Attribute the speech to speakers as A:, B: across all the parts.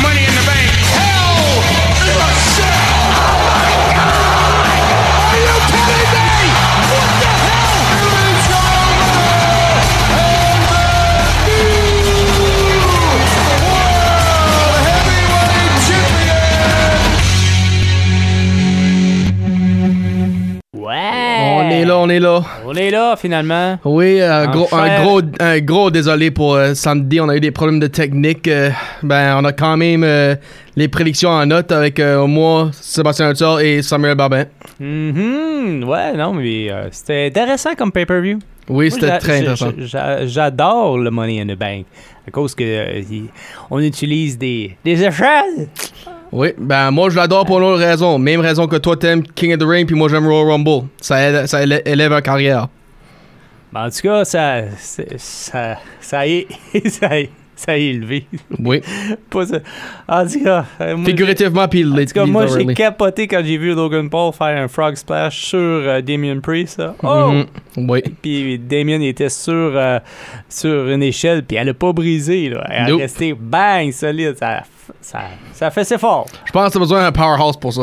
A: Money in the Bank. Hell in a Cell. Are you kidding me? What the hell?
B: Ouais.
C: On est là, on est là.
B: On est là, finalement.
C: Oui, un
B: En
C: gros,
B: fait.
C: un gros, un gros désolé pour euh, samedi. On a eu des problèmes de technique. euh, ben, on a quand même euh, les prédictions en note avec euh, moi, Sébastien Latour et Samuel Barbin.
B: Mhm. Ouais, non, mais euh, c'était intéressant comme pay-per-view.
C: Oui,
B: Moi,
C: c'était
B: j'a-
C: très
B: j'a-
C: intéressant.
B: j'a- J'adore le Money in the Bank à cause que euh, y- on utilise des, des échelles.
C: Oui, ben moi je l'adore pour une autre raison. Même raison que toi t'aimes King of the Ring puis moi j'aime Royal Rumble. Ça, aide- ça élè- élève ma carrière.
B: Ben, en tout cas, ça c'est- ça ça y est, ça y ça y est élevé.
C: Oui.
B: Pas ça. En tout cas, euh, moi,
C: Figurativement puis
B: j'ai- en tout cas, moi j'ai
C: literally.
B: capoté quand j'ai vu Logan Paul faire un frog splash sur euh, Damien Priest. là. Oh,
C: Mhm. Oui.
B: Puis Damien était sur, euh, sur une échelle, puis elle a pas brisé. Là. Elle
C: Nope.
B: est restée bang solide. Ça, ça, ça fait ses forts.
C: Je pense que t'as besoin d'un powerhouse pour ça.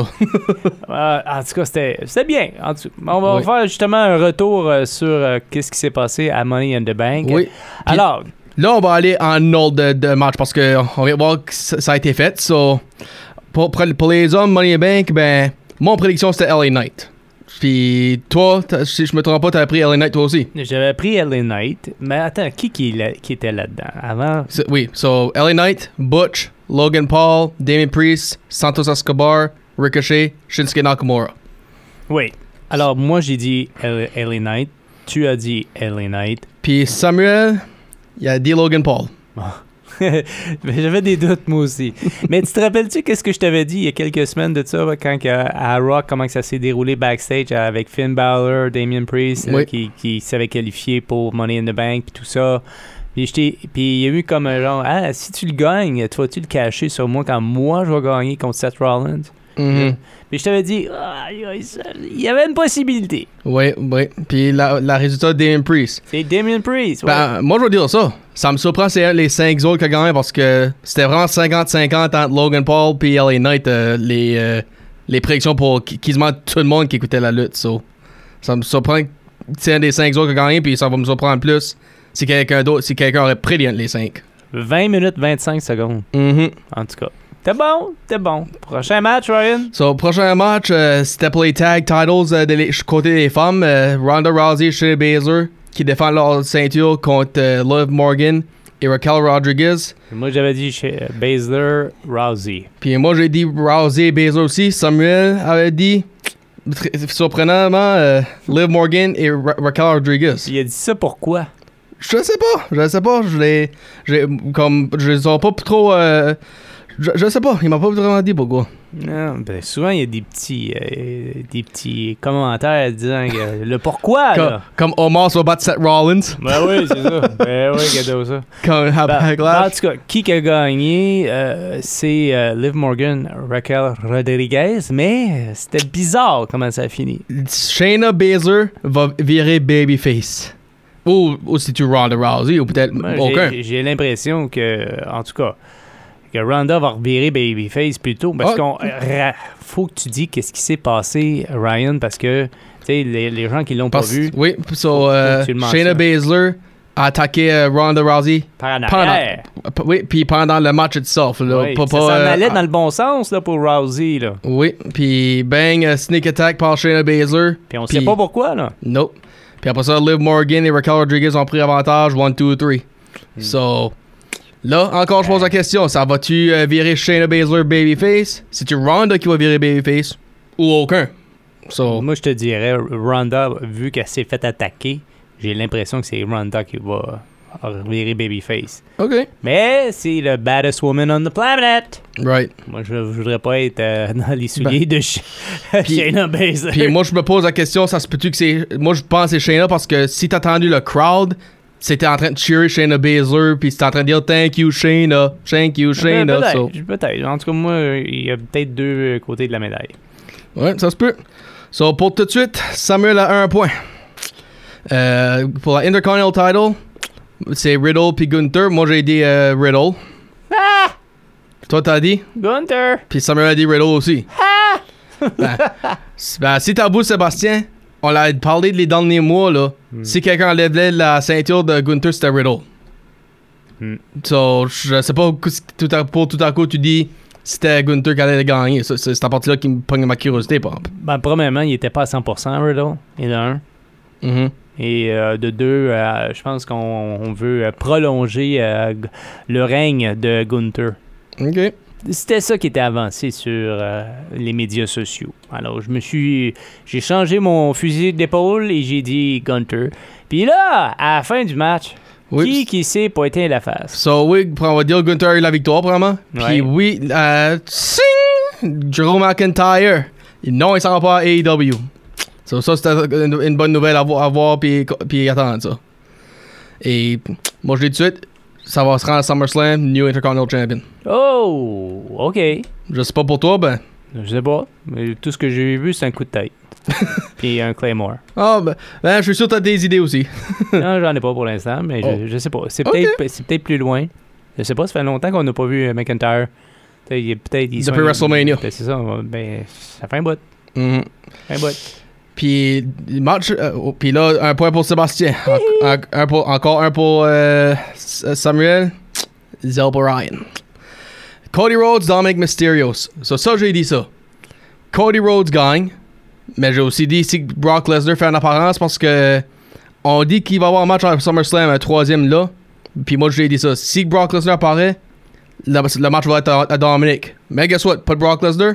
B: Euh, en tout cas, c'était c'était bien. En tout- on va
C: Oui.
B: faire justement un retour euh, sur euh, qu'est-ce qui s'est passé à Money in the Bank.
C: Oui.
B: Alors,
C: Là, on va aller en ordre de, de match parce que on vient de voir que ça ça a été fait. So, pour, pour- pour les hommes, Money in the Bank, ben, mon prédiction c'était LA Knight. Puis toi, t'as- si je me trompe pas, t'as pris LA Knight toi aussi.
B: j'avais pris LA Knight, mais attends, qui, qui, là- qui était là-dedans avant?
C: C'est- Oui, so LA Knight, Butch, Logan Paul, Damien Priest, Santos Escobar, Ricochet, Shinsuke Nakamura.
B: Oui. Alors, moi, j'ai dit LA, Knight. Tu as dit LA Knight.
C: Puis Samuel, il a dit Logan Paul.
B: Mais J'avais des doutes, moi aussi. Mais tu te rappelles-tu qu'est-ce que je t'avais dit il y a quelques semaines de ça, quand que, à Rock, comment que ça s'est déroulé backstage avec Finn Balor, Damien Priest,
C: Oui.
B: euh, qui, qui s'avait qualifié pour Money in the Bank, puis tout ça. Puis je t'ai- puis il y a eu comme un genre, ah, si tu le gagnes, tu vas-tu le cacher sur moi quand moi je vais gagner contre Seth Rollins?
C: Mhm.
B: Puis je t'avais dit, Ah, il y avait une possibilité.
C: Oui, oui. Puis la, la résultat, Damien Priest.
B: C'est Damien Priest. ouais.
C: Ben, moi, je veux dire ça. Ça me surprend, c'est un- les 5 autres qui a gagné parce que c'était vraiment 50-50 entre Logan Paul et LA Knight, euh, les, euh, les prédictions pour qui- quasiment tout le monde qui écoutait la lutte. so. Ça me surprend que c'est un des 5 autres qui a gagné, puis ça va me surprendre plus si quelqu'un d'autre, si quelqu'un aurait pris les 5.
B: 20 minutes 25 secondes, en tout cas. T'es bon, t'es bon. Prochain match, Ryan.
C: So, prochain match, euh, c'était pour les tag titles euh, de les- côté des femmes. euh, Ronda Rousey et Shayna Baszler qui défendent leur ceinture contre euh, Liv Morgan et Raquel Rodriguez.
B: Moi, j'avais dit chez euh, Baszler, Rousey.
C: Puis moi, j'ai dit Rousey et Baszler aussi. Samuel avait dit, tr- surprenamment, euh, Liv Morgan et Ra- Raquel Rodriguez.
B: Il a dit ça pourquoi?
C: Je sais pas, je sais pas. Je les, j'ai- comme, je les ai pas trop. euh, je, je sais pas, il m'a pas vraiment dit pourquoi.
B: Non, ben souvent, il y a des petits, euh, des petits commentaires disant que le pourquoi,
C: Comme,
B: là.
C: comme Omar sur battre Seth Rollins.
B: Ben oui, c'est ça. Ben oui, cadeau ça.
C: Comme à
B: Ben, en
C: Backlash.
B: tout cas, qui qui a gagné, euh, c'est euh, Liv Morgan, Raquel Rodriguez, mais euh, c'était bizarre comment ça a fini.
C: Shayna Baszler va virer Babyface. Ou, ou si tu Ronda Rousey, ou peut-être
B: Moi, j'ai-
C: aucun.
B: J'ai l'impression que, en tout cas, que Ronda va revirer Babyface plutôt. Parce
C: Ah.
B: qu'on euh, ra- faut que tu dis qu'est-ce qui s'est passé, Ryan, parce que tu sais, les, les gens qui l'ont pas
C: Parce-
B: vu
C: Oui, so,
B: Faut-
C: euh,
B: faut que tu le
C: Shayna
B: mentionnes.
C: Baszler a attaqué euh, Ronda Rousey
B: par en
C: pendant-
B: arrière.
C: P- Oui, puis pendant le match itself. Là,
B: Oui,
C: pas-
B: ça
C: pas,
B: s'en
C: euh,
B: allait
C: ah,
B: dans le bon sens là, pour Rousey. Là.
C: Oui, puis bang, euh, sneak attack par Shayna Baszler.
B: Puis on
C: Puis-
B: sait pas pourquoi. Là.
C: Nope. Puis après ça, Liv Morgan et Raquel Rodriguez ont pris avantage 1, 2, 3.
B: Hmm.
C: So, là, encore, je pose la
B: Euh.
C: question. Ça va-tu euh, virer Shayna Baszler babyface? C'est-tu Ronda qui va virer babyface? Ou aucun? So,
B: Moi, je te dirais, Ronda, vu qu'elle s'est fait attaquer, j'ai l'impression que c'est Ronda qui va revirer Babyface.
C: OK.
B: Mais c'est le baddest woman on the planet.
C: Right.
B: Moi, je voudrais pas être euh, dans les souliers de Sh-
C: Ben, Puis-
B: Shayna Baszler.
C: Puis moi, je me pose la question, ça se peut-tu que c'est... Moi, je pense que c'est Shayna parce que si t'as attendu le crowd, c'était en train de cheerer Shayna Baszler, puis c'était en train de dire thank you Shayna, thank you Shayna.
B: Ben, Peut-être,
C: so-
B: peut-être. En tout cas, moi, il y a peut-être deux euh, côtés de la médaille.
C: Ouais, ça se peut. So, pour tout de suite, Samuel a un point. Euh, pour la Intercontinental Title, c'est Riddle puis Gunther. Moi, j'ai dit euh, Riddle. Toi, t'as dit?
B: Gunther!
C: Puis Samuel a dit Riddle aussi. Ben, c- ben, si t'as bout, Sébastien, on l'a parlé les derniers mois, là. Si quelqu'un enlevait la ceinture de Gunther, c'était Riddle.
B: Hmm.
C: So, je sais pas cou- si tout à, pour tout à coup, tu dis c'était Gunther qui allait gagner. Ça, C'est cette partie-là qui me pogne ma curiosité, par exemple.
B: Ben, premièrement, il était pas à 100%, Riddle. Et de un.
C: Mhm.
B: Et euh, de deux, euh, je pense qu'on on veut euh, prolonger euh, g- le règne de Gunther.
C: OK.
B: C'était ça qui était avancé sur euh, les médias sociaux. Alors, je me suis. J'ai changé mon fusil d'épaule et j'ai dit Gunther. Puis là, à la fin du match, qui
C: Oui.
B: qui s'est pointé la face
C: So, oui, on va dire Gunther a eu la victoire, probablement.
B: Ouais.
C: Puis oui, euh, sing! Drew McIntyre. Non, il s'en va pas à AEW. So, ça, c'était une, une bonne nouvelle à, vo- à voir puis, puis attendre ça. Et moi, je dis tout de suite, ça va se rendre à SummerSlam, New Intercontinental Champion.
B: Oh, ok.
C: Je sais pas pour toi, ben...
B: Je sais pas. Mais Tout ce que j'ai vu, c'est un coup de tête. Puis un Claymore.
C: Ah, ben, ben, je suis sûr que t'as des idées aussi.
B: Non, j'en ai pas pour l'instant, mais
C: Oh.
B: je, je sais pas. C'est
C: Ok.
B: peut-être c'est peut-être plus loin. Je sais pas, ça fait longtemps qu'on n'a pas vu euh, McIntyre. Tu sais, il est Peut-être ils
C: Depuis
B: sont-
C: WrestleMania.
B: Ben, c'est ça, on- ben, ça fait un bout.
C: Mhm.
B: Un bout.
C: Puis, match, euh, oh, puis là, un point pour Sébastien. En- en- un pour- encore un pour euh, S- Samuel. Zell pour Ryan. Cody Rhodes, Dominic Mysterios. So, ça, j'ai dit ça. Cody Rhodes gagne. Mais j'ai aussi dit si Brock Lesnar fait une apparence parce que on dit qu'il va avoir un match à SummerSlam, un troisième là. Puis moi, j'ai dit ça. Si Brock Lesnar apparaît, le, le match va être à, à Dominic. Mais guess what? Pas de Brock Lesnar.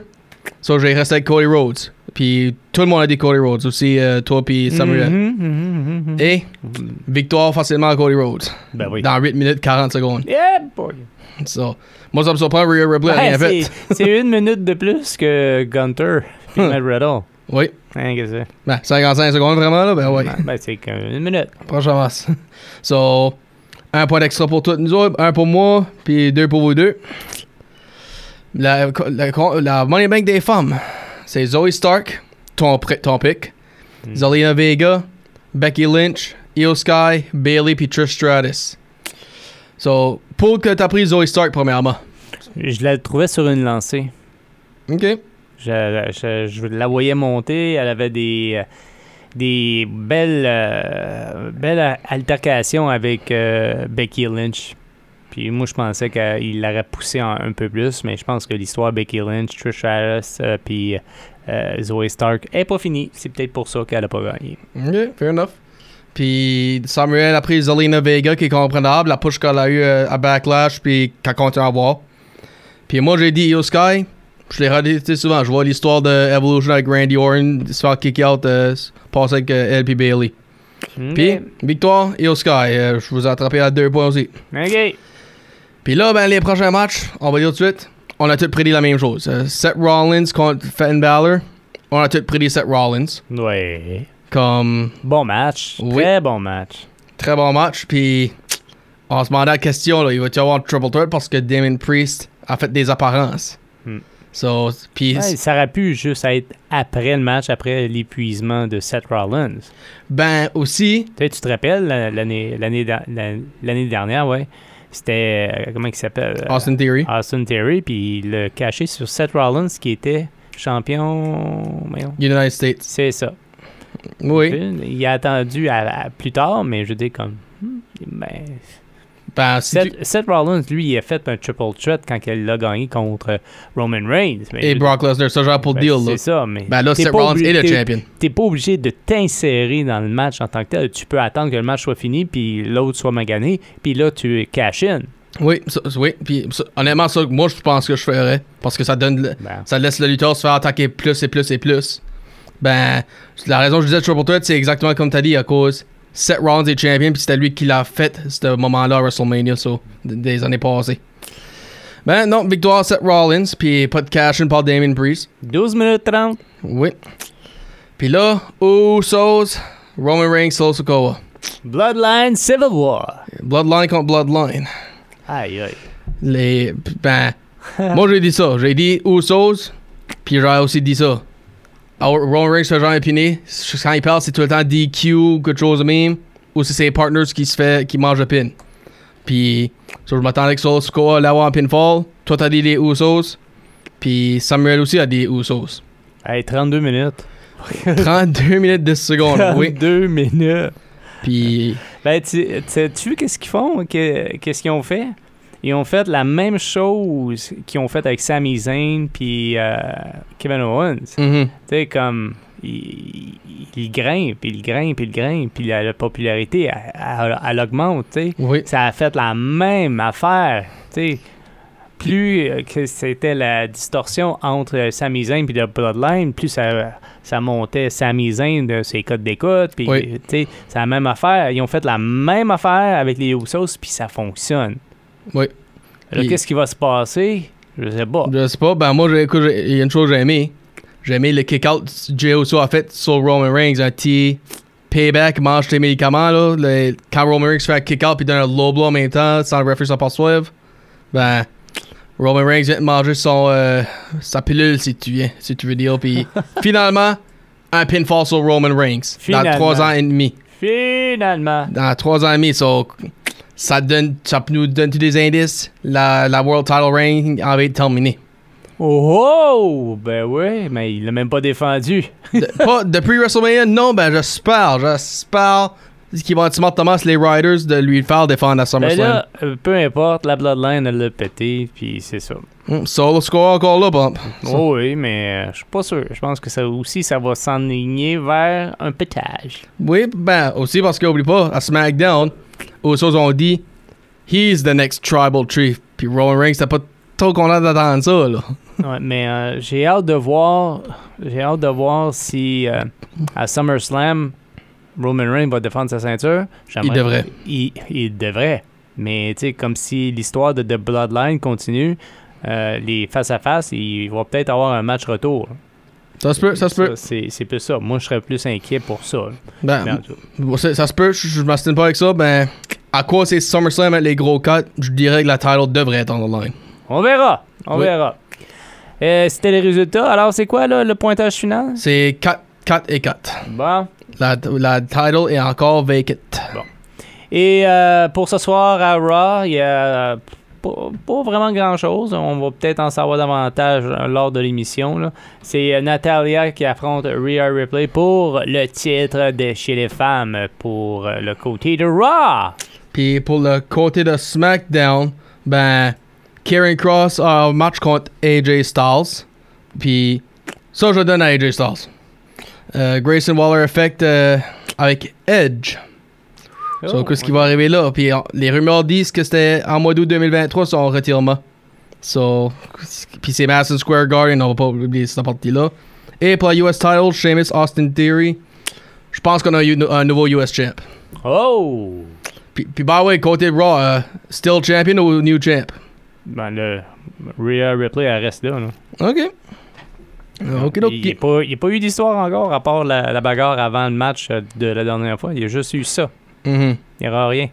C: So, j'ai resté avec Cody Rhodes. Puis tout le monde a dit Cody Rhodes. Aussi, euh, toi, puis Samuel.
B: Mhm, mhm, mhm, mhm.
C: Et victoire facilement à Cody Rhodes.
B: Ben oui.
C: Dans 8 minutes 40 secondes.
B: Yeah, boy.
C: So, moi, ça me surprend Rhea Ripley a
B: Ouais,
C: rien fait.
B: c'est- c'est une minute de plus que Gunter puis
C: Huh.
B: Matt Riddle.
C: Oui.
B: Hein, qu'est-ce que
C: Ben, 55 secondes vraiment, là. Ben,
B: c'est?
C: ouais.
B: Ben, c'est qu'une minute.
C: Prochain match. So, un point d'extra pour toutes nous autres, un pour moi, puis deux pour vous deux. La, la- la Money Bank des femmes, c'est Zoe Stark, ton, pr- ton pick.
B: Mm.
C: Zelina Vega, Becky Lynch, Io Sky, Bailey, puis Trish Stratus. So, pour que t'as pris Zoe Stark, premièrement.
B: Je la trouvais sur une lancée.
C: OK.
B: Je, je- je la voyais monter, elle avait des, euh, des belles, euh, belles a- altercations avec euh, Becky Lynch. Puis moi, je pensais qu'il l'aurait poussé en- un peu plus, mais je pense que l'histoire Becky Lynch, Trish Stratus, euh, puis euh, Zoe Stark est pas finie. C'est peut-être pour ça qu'elle a pas gagné.
C: OK, fair enough. Puis Samuel a pris Zelina Vega, qui est comprenable, la push qu'elle a eu euh, à Backlash, puis qu'elle continue à avoir. Puis moi, j'ai dit Io Sky. Je l'ai redité souvent. Je vois l'histoire de Evolution avec Randy Orton, se faire kick out, euh, s- passer avec euh, elle puis Bailey. Puis, victoire, Io Sky. Euh, je vous ai attrapé à deux points aussi.
B: OK.
C: Puis là, ben, les prochains matchs, on va dire tout de suite, on a tous prédit la même chose. Euh, Seth Rollins contre Finn Balor. On a tous prédit Seth Rollins.
B: Ouais.
C: Comme
B: Bon match.
C: Oui.
B: Très bon match.
C: Très bon match. Puis on se demandait la question, là, il va-tu avoir un Trouble Threat parce que Damon Priest a fait des apparences.
B: Hmm.
C: So, puis,
B: Ouais, ça aurait pu juste être après le match, après l'épuisement de Seth Rollins.
C: ben aussi,
B: Tu sais, tu te rappelles la- l'année l'année da- la- l'année dernière, ouais. C'était euh, comment il s'appelle euh,
C: Austin Theory.
B: Austin Theory, puis il l'a caché sur Seth Rollins qui était champion. voyons.
C: United States.
B: C'est ça.
C: Oui.
B: Il a attendu à, à plus tard, mais je dis comme. hmm, ben,
C: Ben, si tu-
B: Seth, Seth Rollins, lui, il a fait un triple threat quand il l'a gagné contre Roman Reigns. mais
C: Et
B: je-
C: Brock Lesnar, ça genre pour
B: ben,
C: le deal. Là.
B: C'est ça, mais.
C: Ben là,
B: t'es
C: Seth
B: pas
C: Rollins
B: obli-
C: est le
B: t'es-
C: champion.
B: t'es pas obligé de t'insérer dans le match en tant que tel. Tu peux attendre que le match soit fini, puis l'autre soit magané, puis là, tu cash in.
C: Oui, ça- oui. Puis ça- honnêtement, ça, moi, je pense que je ferais. Parce que ça donne, le-
B: Ben.
C: ça laisse le lutteur se faire attaquer plus et plus et plus. Ben, la raison que je disais Triple Threat, c'est exactement comme t'as dit, à cause Seth Rollins est champion, puis c'était lui qui l'a fait, ce moment-là à WrestleMania, so, d- des années passées. Ben, non, victoire Seth Rollins, puis pas de cash in par Damien Priest.
B: 12 minutes 30.
C: Oui. Puis là, Usos, Roman Reigns, Solo Sikoa.
B: Bloodline Civil War.
C: Bloodline contre Bloodline.
B: Aïe, aïe.
C: Les. Ben. moi, j'ai dit ça. J'ai dit Usos, puis j'ai aussi dit ça. Ah, Ron Ring, c'est genre épiné. Quand il parle, c'est tout le temps DQ, ou quelque chose de même. Ou c'est ses partners qui se fait. qui mangent le pin. Puis. so, je m'attendais que Sol Sikoa l'avoir en pinfall. Toi, t'as dit les Usos. Puis Samuel aussi a dit Usos.
B: Hey, 32 minutes.
C: 32 minutes 10 secondes, oui.
B: 32 minutes.
C: Puis.
B: Ben, tu sais-tu qu'est-ce qu'ils font? Que- Qu'est-ce qu'ils ont fait? Ils ont fait la même chose qu'ils ont fait avec Sami Zayn puis euh, Kevin Owens. Tu
C: mhm.
B: sais, comme, il, il- il grimpe, il grimpe, il grimpe, puis la, la popularité, elle, elle- elle augmente, tu sais.
C: Oui.
B: Ça a fait la même affaire, tu sais. Plus euh, que c'était la distorsion entre euh, Sami Zayn puis le Bloodline, plus ça, ça montait Sami Zayn de ses codes d'écoute. Puis,
C: Oui.
B: tu sais, c'est la même affaire. Ils ont fait la même affaire avec les Usos, puis ça fonctionne.
C: Oui.
B: Alors,
C: Puis-
B: qu'est-ce qui va se passer? Je sais pas.
C: Je sais pas, ben moi, j'ai- écoute, j'ai- il y a une chose que j'ai aimé. J'ai aimé le kick-out Jey Uso a fait sur Roman Reigns, un petit payback, mange tes médicaments, là. Le- quand Roman Reigns fait un kick-out puis donne un low blow en même temps, sans le referee s'en perçoive, ben, Roman Reigns vient de manger son, euh, sa pilule, si tu, viens, si tu veux dire. Puis finalement, un pinfall sur Roman Reigns, dans
B: Finalement.
C: trois ans et demi
B: Finalement.
C: dans trois ans et demi. So, ça, donne, ça nous donne tous des indices. La, la World Title Reign en va être terminée.
B: Oh, oh! Ben oui, mais il l'a même pas défendu.
C: De- pas depuis WrestleMania, non, ben j'espère, j'espère qu'ils vont ultimement les Riders de lui faire défendre à
B: Mais
C: SummerSlam.
B: là, euh, peu importe, la Bloodline, elle l'a pété, puis c'est ça.
C: Hmm, solo score encore là, bump.
B: Oh oui, mais euh, je suis pas sûr. Je pense que ça aussi, ça va s'enligner vers un pétage.
C: Oui, ben aussi parce qu'oublie pas, à SmackDown, aux choses on dit, he's the next tribal chief. Puis Roman Reigns, t'es pas trop content d'entendre ça, là.
B: Ouais, mais euh, j'ai hâte de voir. J'ai hâte de voir si euh, à SummerSlam, Roman Reigns va défendre sa ceinture. J'aimerais-
C: Il devrait.
B: Il, il devrait. Mais tu sais, comme si l'histoire de The Bloodline continue, euh, les face à face, il va peut-être avoir un match retour.
C: Ça se peut, ça se peut.
B: C'est c'est plus ça. Moi, je serais plus inquiet pour ça.
C: Ben,
B: Mais en tout cas,
C: Bon, ça, ça se peut, je, je m'astine pas avec ça, ben à quoi c'est SummerSlam avec les gros cuts, je dirais que la title devrait être en line.
B: On verra. On
C: Oui.
B: verra. Euh, C'était les résultats. Alors, c'est quoi là, le pointage final?
C: C'est 4, 4 et 4.
B: Bon.
C: La, la title est encore vacant.
B: Et euh, pour ce soir à Raw, il y a euh, pas, pas vraiment grand-chose. On va peut-être en savoir davantage euh, lors de l'émission. là. C'est euh, Natalia qui affronte Rhea Ripley pour le titre de chez les femmes pour euh, le côté de Raw.
C: Puis pour le côté de SmackDown, ben Karen Cross a un match contre AJ Styles. Puis ça, je donne à AJ Styles. Euh, Grayson Waller Effect euh, avec Edge.
B: Oh,
C: So, qu'est-ce qui va arriver là? Puis on- les rumeurs disent que c'était en mois d'août 2023 son retirement. So, puis c'est Madison Square Garden, on va pas oublier cette partie-là. Et pour la US title, Sheamus Austin Theory, je pense qu'on a eu un nouveau US champ.
B: Oh!
C: Puis, puis by the way, côté Raw, euh, still champion ou new champ?
B: Ben, le Rhea Ripley, elle reste là. là.
C: Ok. Ah, Ok,
B: Il n'y a,
C: ok.
B: pas- il y a pas eu d'histoire encore, à part la, la bagarre avant le match euh, de la dernière fois. Il y a juste eu ça.
C: Mhm.
B: Il n'y aura rien.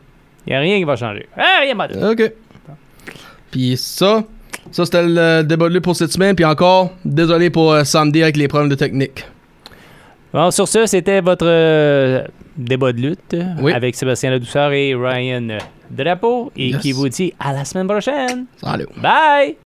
B: Il n'y a rien qui va changer. Ah, rien, madame.
C: Ok. Puis ça, ça c'était le débat de lutte pour cette semaine. Puis encore, désolé pour euh, samedi avec les problèmes de technique.
B: Bon, sur ce, c'était votre euh, débat de lutte euh,
C: Oui.
B: avec Sébastien Ladouceur et Ryan euh, Drapeau et
C: Yes.
B: qui vous dit à la semaine prochaine.
C: Salut.
B: Bye!